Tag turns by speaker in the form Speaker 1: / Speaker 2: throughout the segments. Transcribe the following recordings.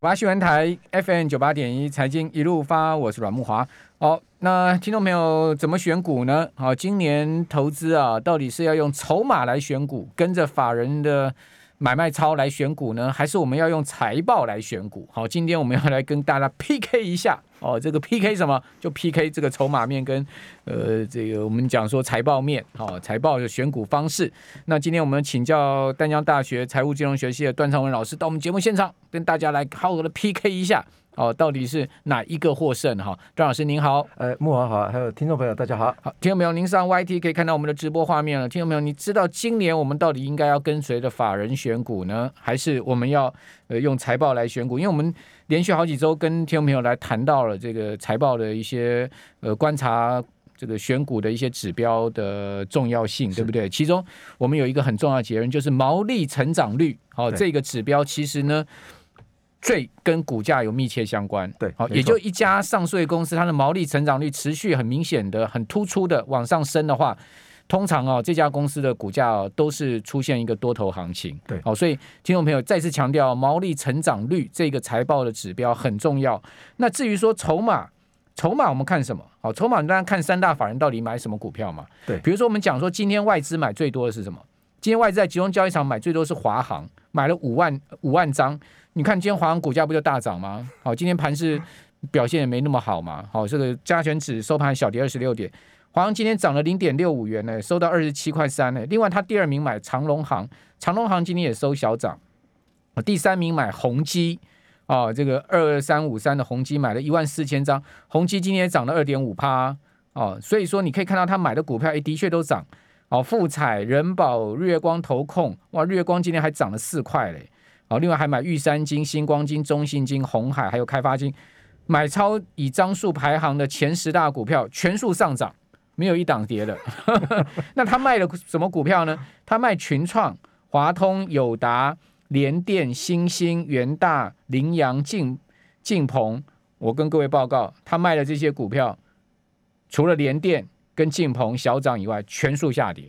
Speaker 1: 华新闻台 FM 九八点一财经一路发，我是阮木华。好、那听众朋友怎么选股呢？好、今年投资啊，到底是要用筹码来选股，跟着法人的买卖超来选股呢，还是我们要用财报来选股？好、今天我们要来跟大家 PK 一下哦。这个 PK 什么？就 PK 这个筹码面跟呃这个我们讲说财报面，好、财报的选股方式。那今天我们请教丹江大学财务金融学系的段昌文老师到我们节目现场，跟大家来好好的 PK 一下哦，到底是哪一个获胜哈？段老师您好。
Speaker 2: 呃，木华好，还有听众朋友大家好。
Speaker 1: 好，听众朋友，您上 YT 可以看到我们的直播画面了。听众朋友，你知道今年我们到底应该要跟随着法人选股呢，还是我们要呃用财报来选股？因为我们连续好几周跟听众朋友来谈到了这个财报的一些呃观察。这个选股的一些指标的重要性，对不对？其中我们有一个很重要的结论，就是毛利成长率。好、
Speaker 2: 对
Speaker 1: 这个指标其实呢，最跟股价有密切相关。
Speaker 2: 对
Speaker 1: 好，
Speaker 2: 没
Speaker 1: 也
Speaker 2: 错
Speaker 1: 就一家上市公司，它的毛利成长率持续很明显的、很突出的往上升的话，通常哦，这家公司的股价、哦、都是出现一个多头行情。
Speaker 2: 对
Speaker 1: 好、所以听众朋友再次强调，毛利成长率这个财报的指标很重要。那至于说筹码，筹码我们看什么？好、筹码当然看三大法人到底买什么股票嘛。
Speaker 2: 对
Speaker 1: 比如说我们讲说今天外资买最多的是什么？今天外资在集中交易场买最多是华航，买了五万五万张。你看今天华航股价不就大涨吗？好、今天盘是表现也没那么好嘛。好、这个加权指收盘小跌二十六点，华航今天涨了零点六五元呢，收到二十七块三呢。另外，它第二名买长隆行，长隆行今天也收小涨。哦第三名买宏基，哦，这个二二三五三的宏基买了一万四千张，宏基今天也涨了二点五趴哦，所以说你可以看到他买的股票，哎，的确都涨。哦，富彩、人保、日月光投控，哇，日月光今天还涨了四块嘞。哦，另外还买玉山金、星光金、中信金、红海，还有开发金，买超以张数排行的前十大股票全数上涨，没有一档跌的。 那他卖了什么股票呢？他卖群创、华通、友达、联电、新兴、元大、羚羊、晋晋鹏。我跟各位报告，他卖的这些股票，除了联电跟晋鹏小涨以外，全数下跌。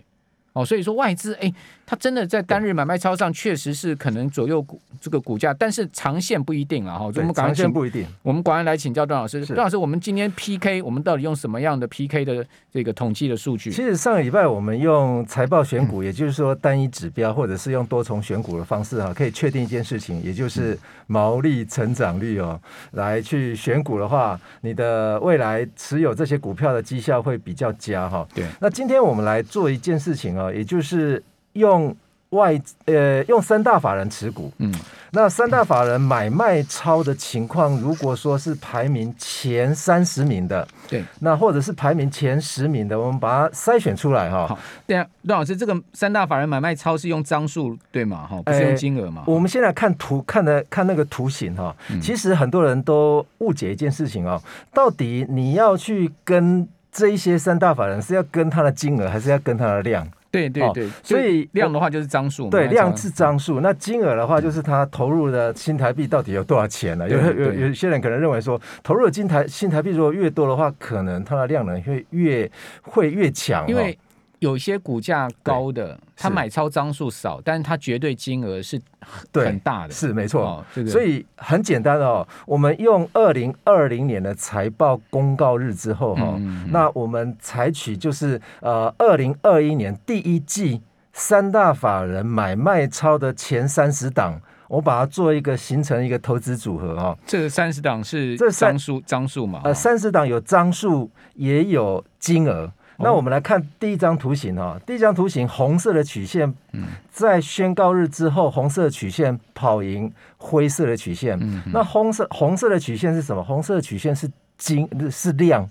Speaker 1: 哦，所以说外资哎，它真的在单日买卖超上确实是可能左右股这个股价，但是长线不一定了哈。哦所以我们
Speaker 2: 对
Speaker 1: 赶快
Speaker 2: 长
Speaker 1: 请
Speaker 2: 线不一定，
Speaker 1: 我们果然来请教段老师，
Speaker 2: 是
Speaker 1: 段老师，我们今天 PK，我们到底用什么样的 PK 的这个统计的数据
Speaker 2: 其？实上个礼拜我们用财报选股，也就是说单一指标或者是用多重选股的方式啊，可以确定一件事情，也
Speaker 1: 嗯
Speaker 2: 就是毛利成长率哦，来去选股的话，你的未来持有这些股票的绩效会比较佳哈、
Speaker 1: 对，
Speaker 2: 那今天我们来做一件事情哦，也就是用外呃用三大法人持股，
Speaker 1: 嗯，
Speaker 2: 那三大法人买卖超的情况，如果说是排名前三十名的，
Speaker 1: 对。
Speaker 2: 那或者是排名前十名的，我们把它筛选出来哈、
Speaker 1: 好对啊，段老师，这个三大法人买卖超是用张数对吗？哈，不是用
Speaker 2: 哎
Speaker 1: 金额嘛？
Speaker 2: 我们先来看图，看的看那个图形哈、
Speaker 1: 嗯
Speaker 2: 其实很多人都误解一件事情哦，到底你要去跟这一些三大法人是要跟它的金额，还是要跟它的量？
Speaker 1: 对对
Speaker 2: 哦
Speaker 1: 对，
Speaker 2: 所以
Speaker 1: 量的话就是张数，
Speaker 2: 对，
Speaker 1: 买卖超
Speaker 2: 量是张数，那金额的话就是他投入的新台币到底有多少钱呢、有
Speaker 1: 对
Speaker 2: 有
Speaker 1: 对
Speaker 2: 有些人可能认为说，投入的金台新台币如果越多的话，可能它的量能会越会越强、哦，
Speaker 1: 因为有些股价高的，他
Speaker 2: 是
Speaker 1: 买超张数少，但是他绝对金额是很
Speaker 2: 对
Speaker 1: 很大的，
Speaker 2: 是没错。
Speaker 1: 哦，这个
Speaker 2: 所以很简单哦，我们用二零二零年的财报公告日之后哈、哦，
Speaker 1: 嗯嗯嗯
Speaker 2: 那我们采取就是呃二零二一年第一季三大法人买卖超的前三十档，我把它做一个形成一个投资组合哈、哦。
Speaker 1: 这三十档是
Speaker 2: 这三
Speaker 1: 张数张数嘛？哈
Speaker 2: 呃，三十档有张数也有金额。那
Speaker 1: 哦
Speaker 2: 我们来看第一张图形哈、哦，第一张图形红色的曲线，
Speaker 1: 嗯
Speaker 2: 在宣告日之后，红色的曲线跑赢灰色的曲线。
Speaker 1: 嗯
Speaker 2: 那红色红色的曲线是什么？红色的曲线是金是量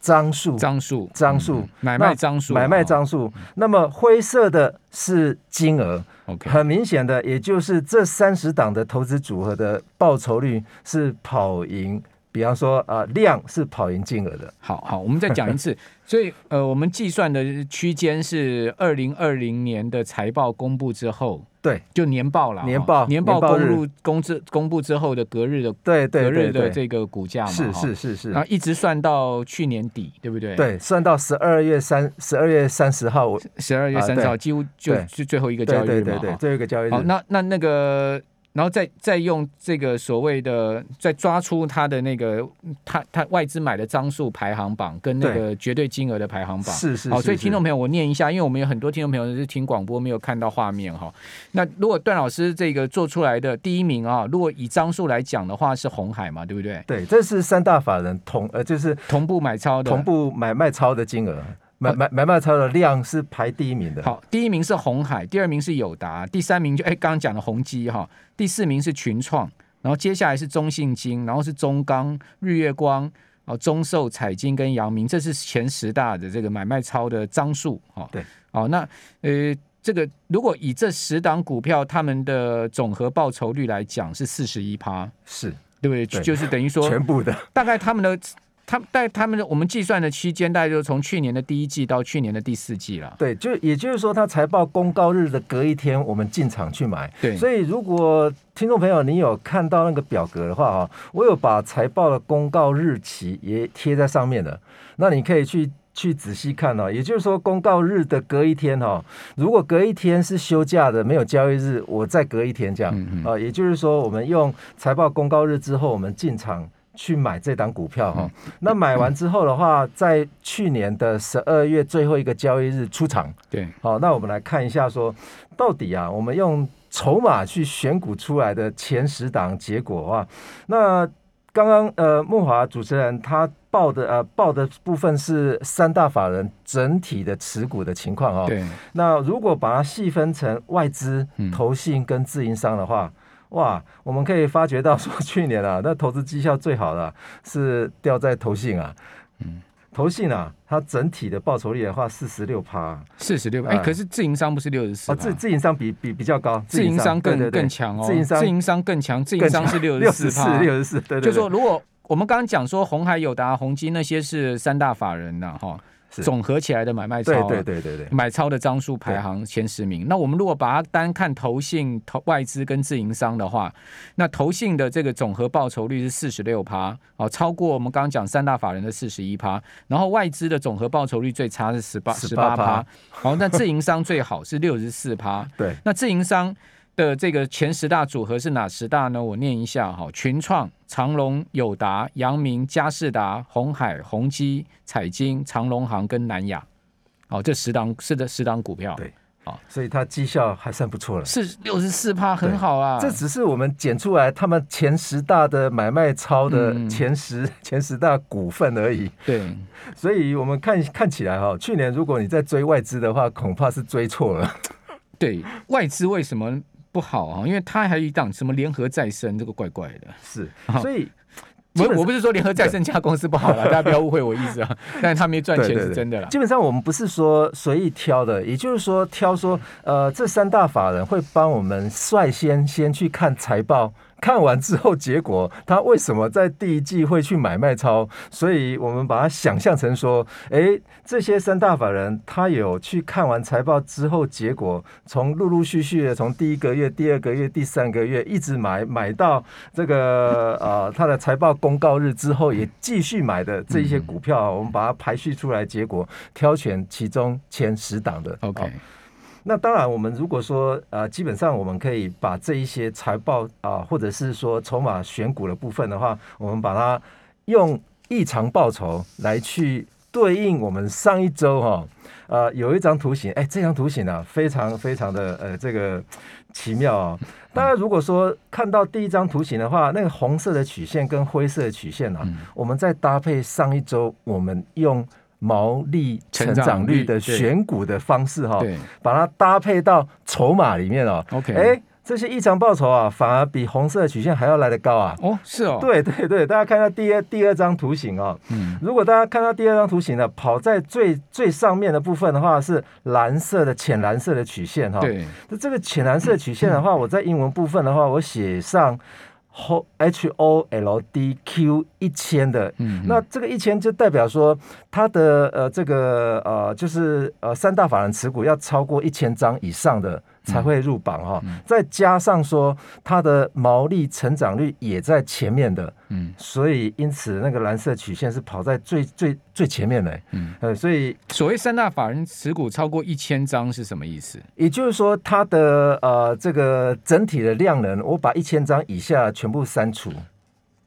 Speaker 2: 张数
Speaker 1: 哦张数嗯
Speaker 2: 张数、
Speaker 1: 买
Speaker 2: 那
Speaker 1: 卖张数哦
Speaker 2: 买卖
Speaker 1: 哈
Speaker 2: 张数。那么灰色的是金额，
Speaker 1: ，OK，
Speaker 2: 很明显的，也就是这三十档的投资组合的报酬率是跑赢，比方说啊、呃量是跑赢金额的，
Speaker 1: 好好，我们再讲一 次。所以呃，我们计算的区间是二零二零年的财报公布之后，
Speaker 2: 对
Speaker 1: 就年报了哈，
Speaker 2: 年报
Speaker 1: 年报
Speaker 2: 年报
Speaker 1: 公
Speaker 2: 日
Speaker 1: 布公之公布之后的隔日的
Speaker 2: 对
Speaker 1: 隔
Speaker 2: 对
Speaker 1: 日
Speaker 2: 对
Speaker 1: 的
Speaker 2: 对，
Speaker 1: 这个股价嘛，
Speaker 2: 是
Speaker 1: 哈
Speaker 2: 是，是是
Speaker 1: 然，后一直算到去年底，对不对？，
Speaker 2: 对，算到十二月三十二月三十号，我
Speaker 1: 十二月
Speaker 2: 啊
Speaker 1: 三十号
Speaker 2: 对
Speaker 1: 几乎就
Speaker 2: 对
Speaker 1: 是最后一个
Speaker 2: 对
Speaker 1: 交易
Speaker 2: 对
Speaker 1: 日
Speaker 2: 对
Speaker 1: 嘛，
Speaker 2: 对，
Speaker 1: 哈
Speaker 2: 最后一个交易
Speaker 1: 好，
Speaker 2: 日，
Speaker 1: 那那那个然后再再用这个所谓的再抓出它的那个它它外资买的张数排行榜跟那个绝对金额的排行榜。
Speaker 2: 是是
Speaker 1: 好，
Speaker 2: 是
Speaker 1: 所以听众
Speaker 2: 是
Speaker 1: 朋友，我念一下，因为我们有很多听众朋友是听广播没有看到画面哈。那如果段老师这个做出来的第一名啊，如果以张数来讲的话，是红海嘛，对不对？
Speaker 2: 对，这是三大法人同呃，就是
Speaker 1: 同步买超的，
Speaker 2: 同步买卖超的金额，买买买卖超的量是排第一名的。
Speaker 1: 好，第一名是红海，第二名是友达，第三名就哎刚刚讲的宏基哈，第四名是群创，然后接下来是中信金，然后是中钢、日月光、哦中寿、彩金跟阳明，这是前十大的这个买卖超的张数哈。
Speaker 2: 对，
Speaker 1: 哦那呃这个如果以这十档股票他们的总和报酬率来讲是四十一趴，
Speaker 2: 是
Speaker 1: 对不对？
Speaker 2: 对
Speaker 1: 就是等于说
Speaker 2: 全部的，
Speaker 1: 大概他们的。他们在他们的我们计算的区间，大概就是从去年的第一季到去年的第四季了。
Speaker 2: 对，就也就是说，它财报公告日的隔一天，我们进场去买。
Speaker 1: 对，
Speaker 2: 所以，如果听众朋友你有看到那个表格的话啊，我有把财报的公告日期也贴在上面的，那你可以去去仔细看哦。也就是说，公告日的隔一天哈、哦，如果隔一天是休假的，没有交易日，我再隔一天这样啊、
Speaker 1: 嗯
Speaker 2: 也就是说，我们用财报公告日之后，我们进场。去买这档股票哈、哦，
Speaker 1: 嗯
Speaker 2: 那买完之后的话，在去年的十二月最后一个交易日出场，
Speaker 1: 对，
Speaker 2: 好，那我们来看一下说，到底啊，我们用筹码去选股出来的前十档结果啊，那刚刚呃，木华主持人他报的呃报的部分是三大法人整体的持股的情况哦。
Speaker 1: 对，
Speaker 2: 那如果把它细分成外资
Speaker 1: 嗯、
Speaker 2: 投信跟自营商的话，哇，我们可以发觉到说，去年啊，那投资绩效最好的啊是掉在投信啊，
Speaker 1: 嗯，
Speaker 2: 投信啊，它整体的报酬率的话，四十六趴。
Speaker 1: 四十六哎，
Speaker 2: 啊
Speaker 1: 可是自营商不是六十四
Speaker 2: 哦，自自营商比比比较高，
Speaker 1: 自营商更
Speaker 2: 对对对
Speaker 1: 更强哦，
Speaker 2: 自营商
Speaker 1: 更强，自营 商是六
Speaker 2: 六
Speaker 1: 十
Speaker 2: 十
Speaker 1: 四
Speaker 2: 四
Speaker 1: 趴，，
Speaker 2: 六十四，对
Speaker 1: 就
Speaker 2: 对对，
Speaker 1: 说如果我们刚刚讲说红海、友达、宏基那些是三大法人呐、哈，
Speaker 2: 是
Speaker 1: 总合起来的买卖超、
Speaker 2: 对
Speaker 1: 啊，
Speaker 2: 对对对对，
Speaker 1: 买超的张数排行前十名。那我们如果把它单看投信、投外资跟自营商的话，那投信的这个总和报酬率是四十六趴，哦，超过我们刚刚讲三大法人的四十一趴。然后外资的总和报酬率最差是十八十八
Speaker 2: 18%
Speaker 1: 趴，好，那自营商最好是六十四趴。
Speaker 2: 对
Speaker 1: 那自营商的这个前十大组合是哪十大呢？我念一下哈：群创、长隆、友达、阳明、佳士达、红海、宏基、彩晶、长隆行跟南亚。哦，这十档是的，十档股票
Speaker 2: 对所以它绩效还算不错了。
Speaker 1: 是六十四趴，很好啊。
Speaker 2: 这只是我们捡出来他们前十大的买卖超的
Speaker 1: 嗯
Speaker 2: 前十、 前十大股份而已，
Speaker 1: 对
Speaker 2: 所以我们看看起来哈、去年如果你在追外资的话，恐怕是追错了。
Speaker 1: 对，外资为什么不好啊？因为它还有一档什么联合再生，这个怪怪的。
Speaker 2: 是
Speaker 1: 好，
Speaker 2: 所以基
Speaker 1: 哦我
Speaker 2: 本上
Speaker 1: 我不是说联合再生这家公司不好了， 大家不要误会我意思啊。但是他没赚
Speaker 2: 对
Speaker 1: 钱
Speaker 2: 对
Speaker 1: 是
Speaker 2: 对
Speaker 1: 真的啦。
Speaker 2: 基本上我们不是说随意挑的，也就是说挑说，呃，这三大法人会帮我们率先先去看财报，看完之后结果他为什么在第一季会去买卖超，所以我们把它想象成说，诶，这些三大法人他有去看完财报之后结果，从陆陆续续的从第一个月、第二个月、第三个月一直买买到这个呃它的财报公告日之后也继续买的这一些股票啊，我们把它排序出来，结果挑选其中前十档的。
Speaker 1: OK，、
Speaker 2: 哦那当然，我们如果说呃，基本上我们可以把这一些财报啊、或者是说筹码选股的部分的话，我们把它用异常报酬来去对应我们上一周哈、呃，有一张图形，哎，这张图形啊，非常非常的呃，这个奇妙哦。大家如果说看到第一张图形的话，那个红色的曲线跟灰色的曲线啊，
Speaker 1: 嗯
Speaker 2: 我们再搭配上一周我们用毛利成
Speaker 1: 成长
Speaker 2: 长率的
Speaker 1: 率对
Speaker 2: 选股的方式哈、
Speaker 1: 对
Speaker 2: 把它搭配到筹码里面哦。
Speaker 1: OK，
Speaker 2: 哎，这些异常报酬啊，反而比红色的曲线还要来得高啊。
Speaker 1: 哦是哦，
Speaker 2: 对对对，大家看到第二第二张图形哦，
Speaker 1: 嗯，
Speaker 2: 如果大家看到第二张图形呢，跑在最最上面的部分的话是蓝色的浅蓝色的曲线哈、
Speaker 1: 对，
Speaker 2: 那这个浅蓝色曲线的话，我在英文部分的话，我写上 ho- H O L D Q 一千的。
Speaker 1: 嗯，
Speaker 2: 那这个一千就代表说，它的呃这个呃就是呃三大法人持股要超过一千张以上的，才会入榜哈、
Speaker 1: 嗯
Speaker 2: 再加上说它的毛利成长率也在前面的，
Speaker 1: 嗯
Speaker 2: 所以因此那个蓝色曲线是跑在最最最前面的。
Speaker 1: 嗯，
Speaker 2: 呃，所以
Speaker 1: 所谓三大法人持股超过一千张是什么意思？
Speaker 2: 也就是说，它的呃这个整体的量能，我把一千张以下全部删除，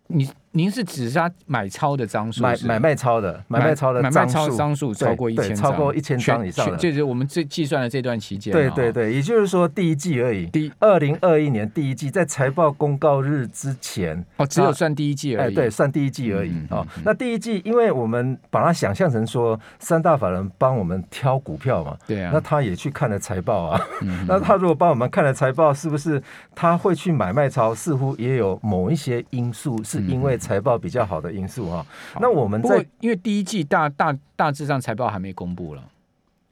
Speaker 1: 你您是指他买超的张数
Speaker 2: 买
Speaker 1: 是吗
Speaker 2: 买卖超的买卖超的
Speaker 1: 买卖
Speaker 2: 张
Speaker 1: 超
Speaker 2: 数，
Speaker 1: 张数
Speaker 2: 对
Speaker 1: 超过一
Speaker 2: 对
Speaker 1: 千，
Speaker 2: 超过1000张以上
Speaker 1: 全全
Speaker 2: 了
Speaker 1: 就是我们这计算的这段期间。
Speaker 2: 对
Speaker 1: 哦
Speaker 2: 对，对，也就是说第一季而已。
Speaker 1: 第一
Speaker 2: 二零二一年第一季在财报公告日之前，
Speaker 1: 哦，只有算第一季而
Speaker 2: 哎，
Speaker 1: 已。
Speaker 2: 对，，算第一季而已
Speaker 1: 嗯嗯
Speaker 2: 哦。那第一季，因为我们把它想象成说三大法人帮我们挑股票嘛，
Speaker 1: 对啊
Speaker 2: 那他也去看了财报啊。
Speaker 1: 嗯
Speaker 2: 那他如果帮我们看了财报，是不是他会去买卖超？似乎也有某一些因素是因为财报比较好的因素哈、那我
Speaker 1: 嗯
Speaker 2: 们
Speaker 1: 不过
Speaker 2: 在
Speaker 1: 因为第一季大大大致上财报还没公布了，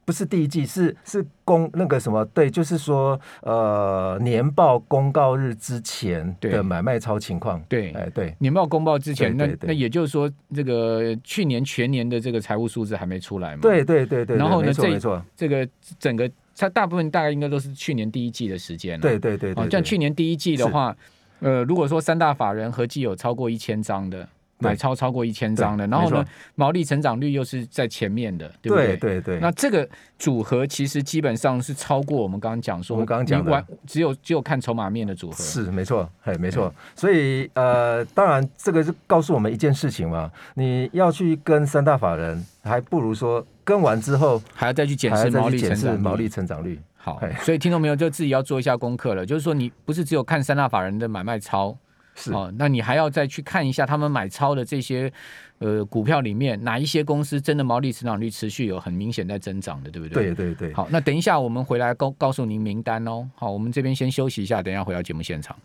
Speaker 2: 不是第一季，是是公那个什么对，就是说呃年报公告日之前
Speaker 1: 对
Speaker 2: 的买卖超情况。
Speaker 1: 对。嗯
Speaker 2: 哎，对。
Speaker 1: 年报公报之前，
Speaker 2: 对
Speaker 1: 那
Speaker 2: 对对
Speaker 1: 那也就是说，这个去年全年的这个财务数字还没出来嘛？，
Speaker 2: 对对对对，
Speaker 1: 然后呢
Speaker 2: 对没错
Speaker 1: 这
Speaker 2: 没错，
Speaker 1: 这个整个它大部分大概应该都是去年第一季的时间了。
Speaker 2: 对对对对，
Speaker 1: 哦，像
Speaker 2: 对
Speaker 1: 去年第一季的话，呃，如果说三大法人合计有超过一千张的，
Speaker 2: 对
Speaker 1: 买超超过一千张的，
Speaker 2: 对
Speaker 1: 然后呢
Speaker 2: 没错，
Speaker 1: 毛利成长率又是在前面的，对不
Speaker 2: 对
Speaker 1: 对？
Speaker 2: 对对，
Speaker 1: 那这个组合其实基本上是超过我们刚刚讲说，
Speaker 2: 我们刚刚讲的
Speaker 1: 你完只有只有看筹码面的组合，
Speaker 2: 是没错，哎，没
Speaker 1: 嗯
Speaker 2: 错。所以呃，当然这个是告诉我们一件事情嘛，你要去跟三大法人，还不如说跟完之后
Speaker 1: 还要再去检
Speaker 2: 还
Speaker 1: 视
Speaker 2: 要再
Speaker 1: 毛
Speaker 2: 去
Speaker 1: 利成
Speaker 2: 检视
Speaker 1: 长率
Speaker 2: 毛利成长率。
Speaker 1: 好
Speaker 2: 哎，
Speaker 1: 所以听众朋友就自己要做一下功课了，就是说你不是只有看三大法人的买卖超
Speaker 2: 是，
Speaker 1: 哦，那你还要再去看一下他们买超的这些呃股票里面哪一些公司真的毛利成长率持续有很明显在增长的，对不对？
Speaker 2: 对对对。
Speaker 1: 好，那等一下我们回来告告诉您名单哦。好，我们这边先休息一下，等一下回到节目现场。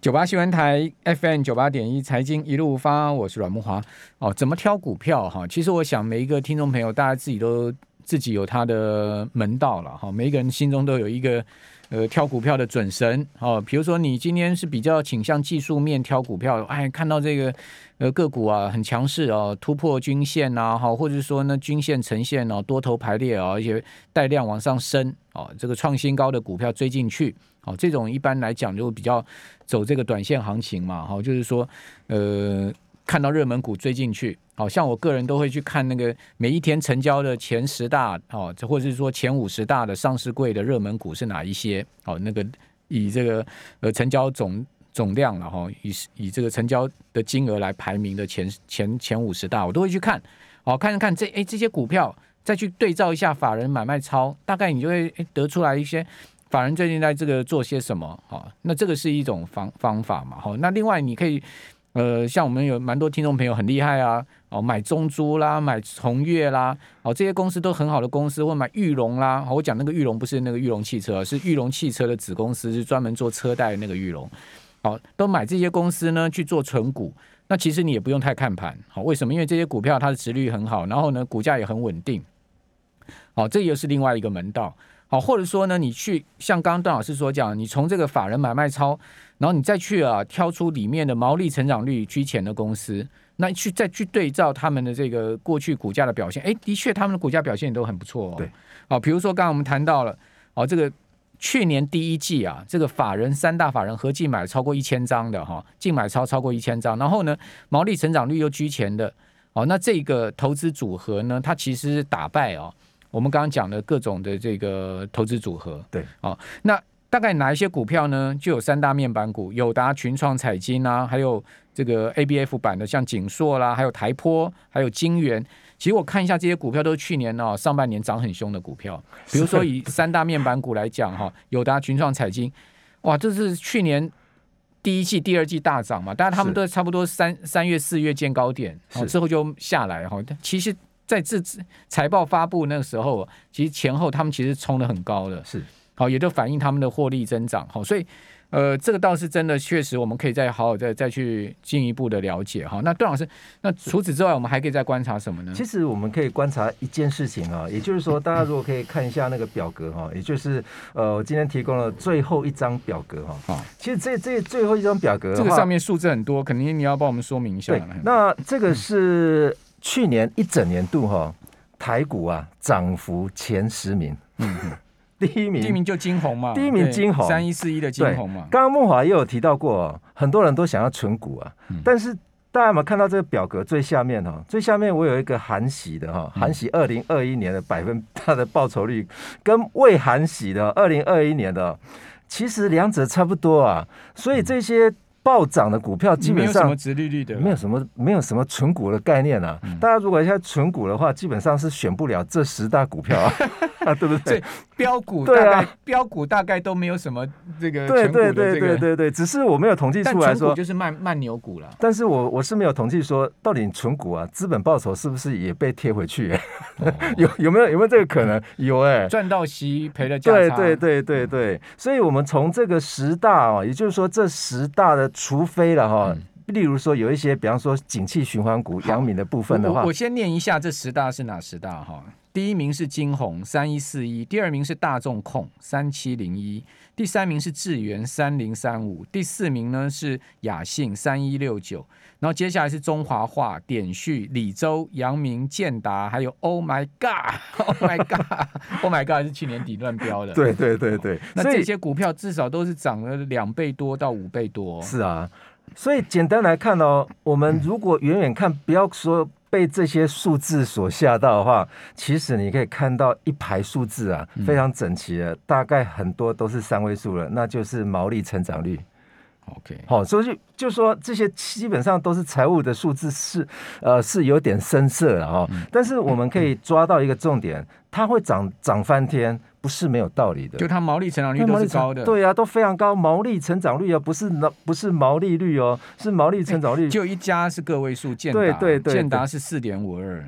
Speaker 1: 九八新闻台 FM 九八点一财经一路发，我是阮木华。哦，怎么挑股票哈？其实我想每一个听众朋友，大家自己都自己有他的门道了哈。每一个人心中都有一个呃挑股票的准绳哦。比如说你今天是比较倾向技术面挑股票，哎，看到这个呃个股啊很强势哦，突破均线呐、哈，或者说呢均线呈现哦多头排列哦，而且带量往上升哦，这个创新高的股票追进去哦，这种一般来讲就比较走这个短线行情嘛，哈、就是说呃。看到热门股追进去，好、像我个人都会去看那个每一天成交的前十大哦，或者是说前五十大的上市柜的热门股是哪一些？哦，那个以这个呃成交总总量然后、以以这个成交的金额来排名的前前前五十大，我都会去看，哦，看看这哎这些股票，再去对照一下法人买卖超，大概你就会哎得出来一些。法人最近在这个做些什么？好、那这个是一种方方法嘛？好、那另外你可以呃，像我们有蛮多听众朋友很厉害啊，哦，买中珠啦，买宏越啦，哦，这些公司都很好的公司，或买玉龙啦。哦我讲那个玉龙不是那个玉龙汽车，是玉龙汽车的子公司，是专门做车贷的那个玉龙。好、都买这些公司呢去做存股。那其实你也不用太看盘，好、为什么？因为这些股票它的值率很好，然后呢，股价也很稳定。好、这又是另外一个门道。好、或者说呢，你去像刚刚段老师所讲，你从这个法人买卖超然后你再去啊挑出里面的毛利成长率居前的公司，那去再去对照他们的这个过去股价的表现，哎，的确他们的股价表现也都很不错哦。
Speaker 2: 对，
Speaker 1: 哦，比如说刚刚我们谈到了哦，这个去年第一季啊，这个法人三大法人合计买超过一千张的哈、净买超超过一千张，然后呢，毛利成长率又居前的哦，那这个投资组合呢，它其实是打败哦。我们刚刚讲的各种的这个投资组合，
Speaker 2: 对，
Speaker 1: 哦，那大概哪一些股票呢？就有三大面板股，友达、群创、彩晶啊，还有这个 ABF 版的，像景硕啦，还有台坡，还有金源。其实我看一下这些股票，都是去年哦上半年涨很凶的股票。比如说以三大面板股来讲哈、友达、群创、彩晶，哇，这是去年第一季、第二季大涨嘛，但是他们
Speaker 2: 是
Speaker 1: 都差不多三三月、四月见高点，哦、
Speaker 2: 是
Speaker 1: 之后就下来哈、但其实，在这财报发布那个时候，其实前后他们其实冲得很高的，
Speaker 2: 是
Speaker 1: 好，也就反映他们的获利增长。好，所以呃，这个倒是真的，确实我们可以再好好再再去进一步的了解哈。那段老师，那除此之外，我们还可以再观察什么呢？
Speaker 2: 其实我们可以观察一件事情啊，也就是说，大家如果可以看一下那个表格哈、也就是呃，我今天提供了最后一张表格哈、
Speaker 1: 好
Speaker 2: 其实这这最后一张表格的
Speaker 1: 哦这个
Speaker 2: 话
Speaker 1: 上面数字很多，肯定你要帮我们说明一下
Speaker 2: 对
Speaker 1: 了。，
Speaker 2: 那这个是去年一整年度哈、台股啊涨幅前十名。第一名，
Speaker 1: 嗯第一名就金红嘛，
Speaker 2: 第一名
Speaker 1: 对
Speaker 2: 金红
Speaker 1: 三一四一的金红嘛，
Speaker 2: 刚刚梦华也有提到过哦，很多人都想要存股啊，
Speaker 1: 嗯
Speaker 2: 但是大家有没有看到这个表格最下面哦？最下面我有一个韩喜的哈、哦，
Speaker 1: 嗯
Speaker 2: 韩喜二零二一年的百分它的报酬率跟未韩喜的二零二一年的哦，其实两者差不多啊，所以这些暴涨的股票基
Speaker 1: 嗯没
Speaker 2: 本
Speaker 1: 有什
Speaker 2: 上
Speaker 1: 么直利率的，
Speaker 2: 没有什么没有什么存股的概念啊。
Speaker 1: 嗯
Speaker 2: 大家如果现在存股的话，基本上是选不了这十大股票啊， 啊 对不对？
Speaker 1: 这标股大
Speaker 2: 对啊
Speaker 1: 概标股大概都没有什么这个
Speaker 2: 对
Speaker 1: 全股
Speaker 2: 对
Speaker 1: 的
Speaker 2: 对
Speaker 1: 这
Speaker 2: 对
Speaker 1: 个，
Speaker 2: 对对，只是我没有统计
Speaker 1: 但
Speaker 2: 出来
Speaker 1: 全
Speaker 2: 说
Speaker 1: 股就是慢慢牛股了。
Speaker 2: 但是我我是没有统计说，到底你存股啊，资本报酬是不是也被贴回去、
Speaker 1: 哦
Speaker 2: 有有没有有没有这个可能？有哎、
Speaker 1: 赚到席赔了价
Speaker 2: 对
Speaker 1: 差，嗯
Speaker 2: 对对对对，所以我们从这个十大哦，也就是说这十大的，除非了哈、
Speaker 1: 嗯
Speaker 2: 例如说有一些，比方说景气循环股、阳明的部分的
Speaker 1: 我
Speaker 2: 话
Speaker 1: 我我，先念一下这十大是哪十大哈。第一名是金红三一四一，第二名是大众控三七零一，第三名是智源三零三五，第四名呢是雅信三一六九，然后接下来是中华化、点旭、李州、阳明、建达，还有 Oh my God，Oh my God，Oh my God 是去年底乱标的。，
Speaker 2: 对对对对，
Speaker 1: 哦那
Speaker 2: 所以
Speaker 1: 这些股票至少都是涨了两倍多到五倍多。
Speaker 2: 是啊，所以简单来看哦，我们如果远远看，不要说被这些数字所吓到的话，其实你可以看到一排数字啊，非常整齐的，大概很多都是三位数了，那就是毛利成长率。
Speaker 1: OK，
Speaker 2: 好、所以就就说这些基本上都是财务的数字是呃是有点深色了哦，但是我们可以抓到一个重点，它会涨涨翻天，不是没有道理的。
Speaker 1: 就它毛利成长率
Speaker 2: 对
Speaker 1: 都
Speaker 2: 毛
Speaker 1: 是
Speaker 2: 利成
Speaker 1: 高的。
Speaker 2: 对啊，都非常高，毛利成长率啊，不是毛不是毛利率哦，是毛利成长率。
Speaker 1: 哎就一家是个位数，建达，
Speaker 2: 对对对
Speaker 1: 建达是四点五二，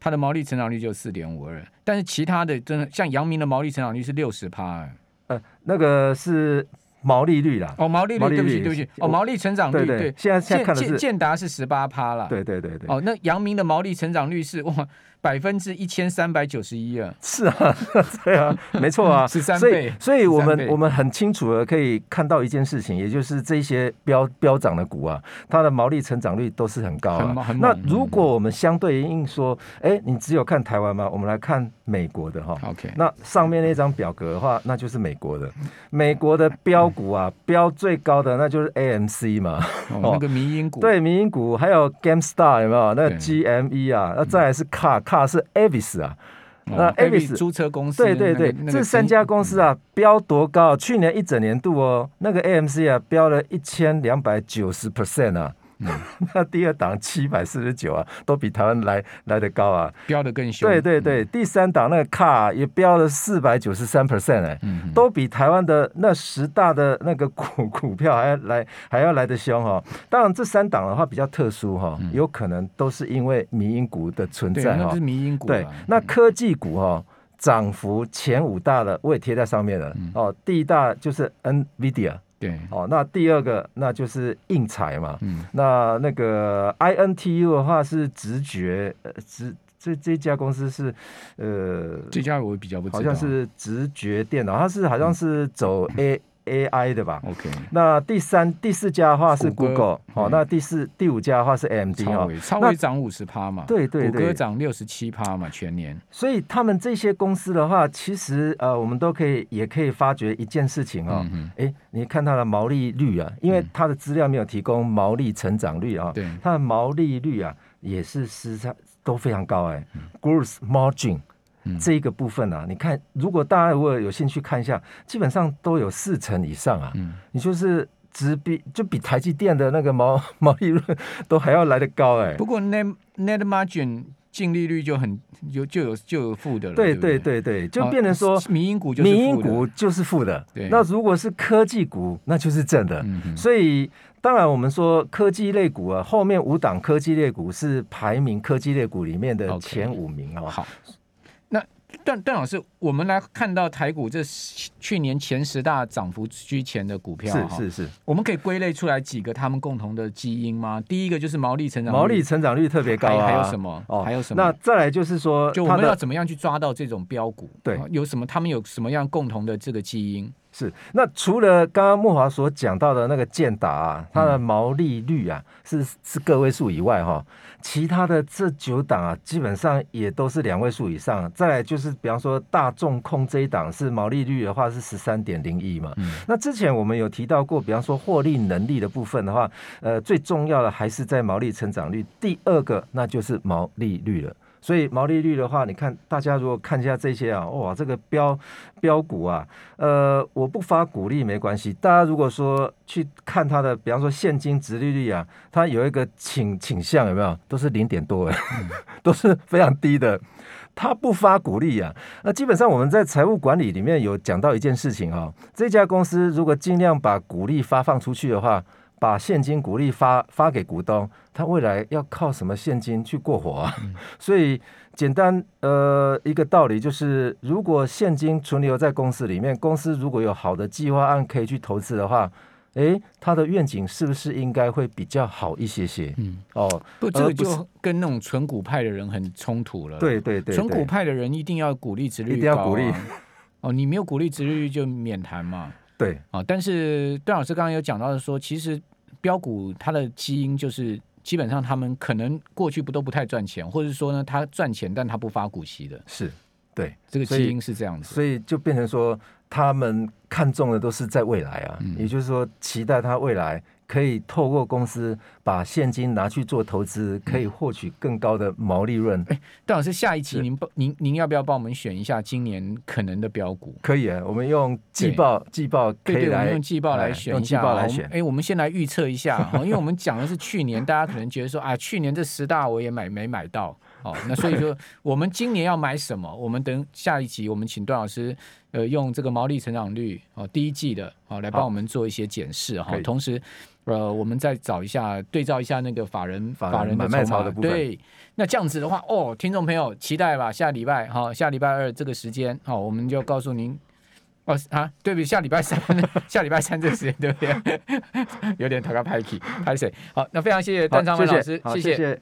Speaker 1: 它的毛利成长率就四点五二，但是其他的真的像阳明的毛利成长率是六十趴，
Speaker 2: 呃，那个是毛利率啦。
Speaker 1: 哦，毛利
Speaker 2: 毛
Speaker 1: 率，
Speaker 2: 利
Speaker 1: 对不起
Speaker 2: 率
Speaker 1: 对不起，
Speaker 2: 我
Speaker 1: 哦，毛利成长率，
Speaker 2: 对
Speaker 1: 对，
Speaker 2: 对，现在现
Speaker 1: 建
Speaker 2: 在看的
Speaker 1: 建
Speaker 2: 是，
Speaker 1: 建达是十八趴啦，，
Speaker 2: 对对对对，
Speaker 1: 哦，那阳明的毛利成长率是哇百分之一千三百九十一啊，
Speaker 2: 是啊， 对啊，没 错啊，
Speaker 1: 13
Speaker 2: 所以
Speaker 1: 倍
Speaker 2: 所以我
Speaker 1: 13
Speaker 2: 们
Speaker 1: 倍
Speaker 2: 我们很清楚的可以看到一件事情，也就是这些标标涨的股啊，它的毛利成长率都是很高
Speaker 1: 很猛
Speaker 2: 啊
Speaker 1: 很。
Speaker 2: 那
Speaker 1: 猛嗯
Speaker 2: 如果我们相对应说，哎，你只有看台湾吗？我们来看美国的哈。
Speaker 1: ，OK，
Speaker 2: 那上面那张表格的话，那就是美国的，
Speaker 1: 嗯
Speaker 2: 美国的标股啊，标最高的那就是 AMC 嘛，
Speaker 1: 哦
Speaker 2: 哦
Speaker 1: 那个迷因股，，
Speaker 2: 对，民营股还有 GameStar 有没有？那
Speaker 1: 对嗯
Speaker 2: GME 啊，那再来是 Car，Car 是 Avis 啊，那
Speaker 1: 哦
Speaker 2: Avis
Speaker 1: 租车公司，
Speaker 2: 对对对，
Speaker 1: 那个嗯
Speaker 2: 这三家公司，啊，标多高？去年一整年度哦，那个 AMC 啊，标了一千两百九十 percent 啊。
Speaker 1: 嗯
Speaker 2: 那第二档七百四十九啊，都比台湾来来的高啊。
Speaker 1: 那个标的更凶，
Speaker 2: 对对
Speaker 1: 嗯
Speaker 2: 对，第三档那个 Car 也标了四百九十三 percent 哎，
Speaker 1: 嗯，嗯，
Speaker 2: 都比台湾的那十大的那个股股票还要来还要来得凶哈、哦。当然，这三档的话比较特殊哈、哦，有可能都是因为民营股的存
Speaker 1: 嗯对，
Speaker 2: 在
Speaker 1: 那
Speaker 2: 哈、
Speaker 1: 就是
Speaker 2: 哦。
Speaker 1: 迷因股
Speaker 2: 对
Speaker 1: 啊，，
Speaker 2: 那科技股哈、哦，涨幅前五大的我也贴在上面了、
Speaker 1: 嗯
Speaker 2: 哦。第一大就是 NVIDIA
Speaker 1: 对，
Speaker 2: 哦，那第二个那就是硬材嘛。
Speaker 1: 嗯，
Speaker 2: 那那个 INTU 的话是直觉，呃，直这这家公司是呃
Speaker 1: 这家我比较不知道，嗯
Speaker 2: 好像是直觉电脑，它是好像是走 A、AI 的吧？
Speaker 1: OK。
Speaker 2: 那第三、第四家的话是
Speaker 1: 谷歌
Speaker 2: Google，好、
Speaker 1: 嗯
Speaker 2: 那第四、第五家的话是 AMD
Speaker 1: 超
Speaker 2: 哦，
Speaker 1: 微，超
Speaker 2: 那
Speaker 1: 微涨五十趴嘛，
Speaker 2: 对对
Speaker 1: 谷
Speaker 2: 对
Speaker 1: 歌涨六十七趴嘛，全年
Speaker 2: 所以他们这些公司的话，其实呃，我们都可以也可以发觉一件事情哦，
Speaker 1: 嗯
Speaker 2: 诶，你看它的毛利率啊，因为它的资料没有提供毛利成长率啊、
Speaker 1: 哼，对，
Speaker 2: 它的毛利率啊也是时常都非常高哎、g r o s s margin
Speaker 1: 嗯
Speaker 2: 这一个部分啊，你看，如果大家如果有兴趣看一下，基本上都有四成以上啊，
Speaker 1: 嗯，
Speaker 2: 你就是直比就比台积电的那个毛 毛利润都还要来得高哎、
Speaker 1: 不过 net net margin 净利率就很有就有就有负的了，
Speaker 2: 对
Speaker 1: 不
Speaker 2: 对
Speaker 1: 对
Speaker 2: 对对，就
Speaker 1: 啊
Speaker 2: 变成说，
Speaker 1: 民营股就是
Speaker 2: 民营
Speaker 1: 负的
Speaker 2: 股，就是负的
Speaker 1: 对，
Speaker 2: 那如果是科技股，那就是正的。
Speaker 1: 嗯哼，
Speaker 2: 所以，当然我们说科技类股啊，后面五档科技类股是排名科技类股里面的
Speaker 1: OK
Speaker 2: 前五名啊。
Speaker 1: 好，那段段老师，我们来看到台股这十去年前十大涨幅居前的股票，哈
Speaker 2: 是是是，
Speaker 1: 我们可以归类出来几个他们共同的基因吗？第一个就是毛利成长率，
Speaker 2: 毛利成长率特别高啊。
Speaker 1: 还还有什么还有什么
Speaker 2: 那再来就是说，
Speaker 1: 就我
Speaker 2: 它
Speaker 1: 们要
Speaker 2: 呃的
Speaker 1: 怎么样去抓到这种标股？
Speaker 2: 对
Speaker 1: 啊有什么他们有什么样共同的这个基因？
Speaker 2: 是，那除了刚刚木华所讲到的那个建达、啊，它的毛利率啊是是个位数以外哈、其他的这九档啊，基本上也都是两位数以上。再来就是，比方说大众控这一档是毛利率的话是十三点零一嘛、那之前我们有提到过，比方说获利能力的部分的话，呃，最重要的还是在毛利成长率。第二个那就是毛利率了。所以毛利率的话，你看大家如果看一下这些啊，哇，这个标标股啊，呃，我不发鼓励没关系。大家如果说去看它的，比方说现金值利率啊，它有一个倾倾向有没有？都是零点多哎， 都是非常低的。它不发鼓励啊，那基本上我们在财务管理里面有讲到一件事情哦，这家公司如果尽量把股利发放出去的话，把现金股利发发给股东，它未来要靠什么现金去过活啊？所以简单呃一个道理就是，如果现金存留在公司里面，公司如果有好的计划案可以去投资的话，诶，它的愿景是不是应该会比较好一些些？
Speaker 1: 嗯，
Speaker 2: 哦，
Speaker 1: 不，这个
Speaker 2: 而不是
Speaker 1: 就跟那种纯股派的人很冲突了。，
Speaker 2: 对对对
Speaker 1: 纯股
Speaker 2: 对，
Speaker 1: 派的人一定要鼓励值率、啊
Speaker 2: 一定要鼓励。
Speaker 1: 哦，你没有鼓励值率就免谈嘛。
Speaker 2: 对，
Speaker 1: 啊、但是段老师刚刚有讲到说，其实标股它的基因就是基本上他们可能过去不都不太赚钱，或者说呢，它赚钱但它不发股息的，
Speaker 2: 是，对。
Speaker 1: 这个
Speaker 2: 所以
Speaker 1: 基因是这样子。
Speaker 2: 所以就变成说，他们看重的都是在未来啊，
Speaker 1: 嗯
Speaker 2: 也就是说，期待他未来可以透过公司把现金拿去做投资，可以获取更高的毛利润。
Speaker 1: 段老师，下一期
Speaker 2: 是
Speaker 1: 您帮您您要不要帮我们选一下今年可能的标股？
Speaker 2: 可以啊，我们用季报季报可
Speaker 1: 对
Speaker 2: 以
Speaker 1: 对，我
Speaker 2: 来哎
Speaker 1: 们用季报来选
Speaker 2: 用
Speaker 1: 一
Speaker 2: 季
Speaker 1: 下啊，
Speaker 2: 报
Speaker 1: 我
Speaker 2: 来
Speaker 1: 们
Speaker 2: 选。
Speaker 1: 哎，我们先来预测一下啊，因为我们讲的是去年，大家可能觉得说啊，去年这十大我也买没买到哦，那所以 说我们今年要买什么？我们等下一集，我们请段老师呃用这个毛利成长率哦第一季的哦来帮
Speaker 2: 好
Speaker 1: 我们做一些检视哈、
Speaker 2: 可以
Speaker 1: 同时呃我们再找一下对照一下那个法人
Speaker 2: 法人
Speaker 1: 人的
Speaker 2: 买卖
Speaker 1: 筹码
Speaker 2: 潮的部分
Speaker 1: 对，那这样子的话哦，听众朋友期待吧，下礼拜哈、哦下礼拜二这个时间哦，我们就告诉您哦啊，对不起，下礼拜三， 下礼拜三这个时间 对不对？有点头个拍起拍谁？好，那非常谢谢
Speaker 2: 好
Speaker 1: 段昌文
Speaker 2: 谢谢
Speaker 1: 老师，
Speaker 2: 好
Speaker 1: 谢
Speaker 2: 谢谢。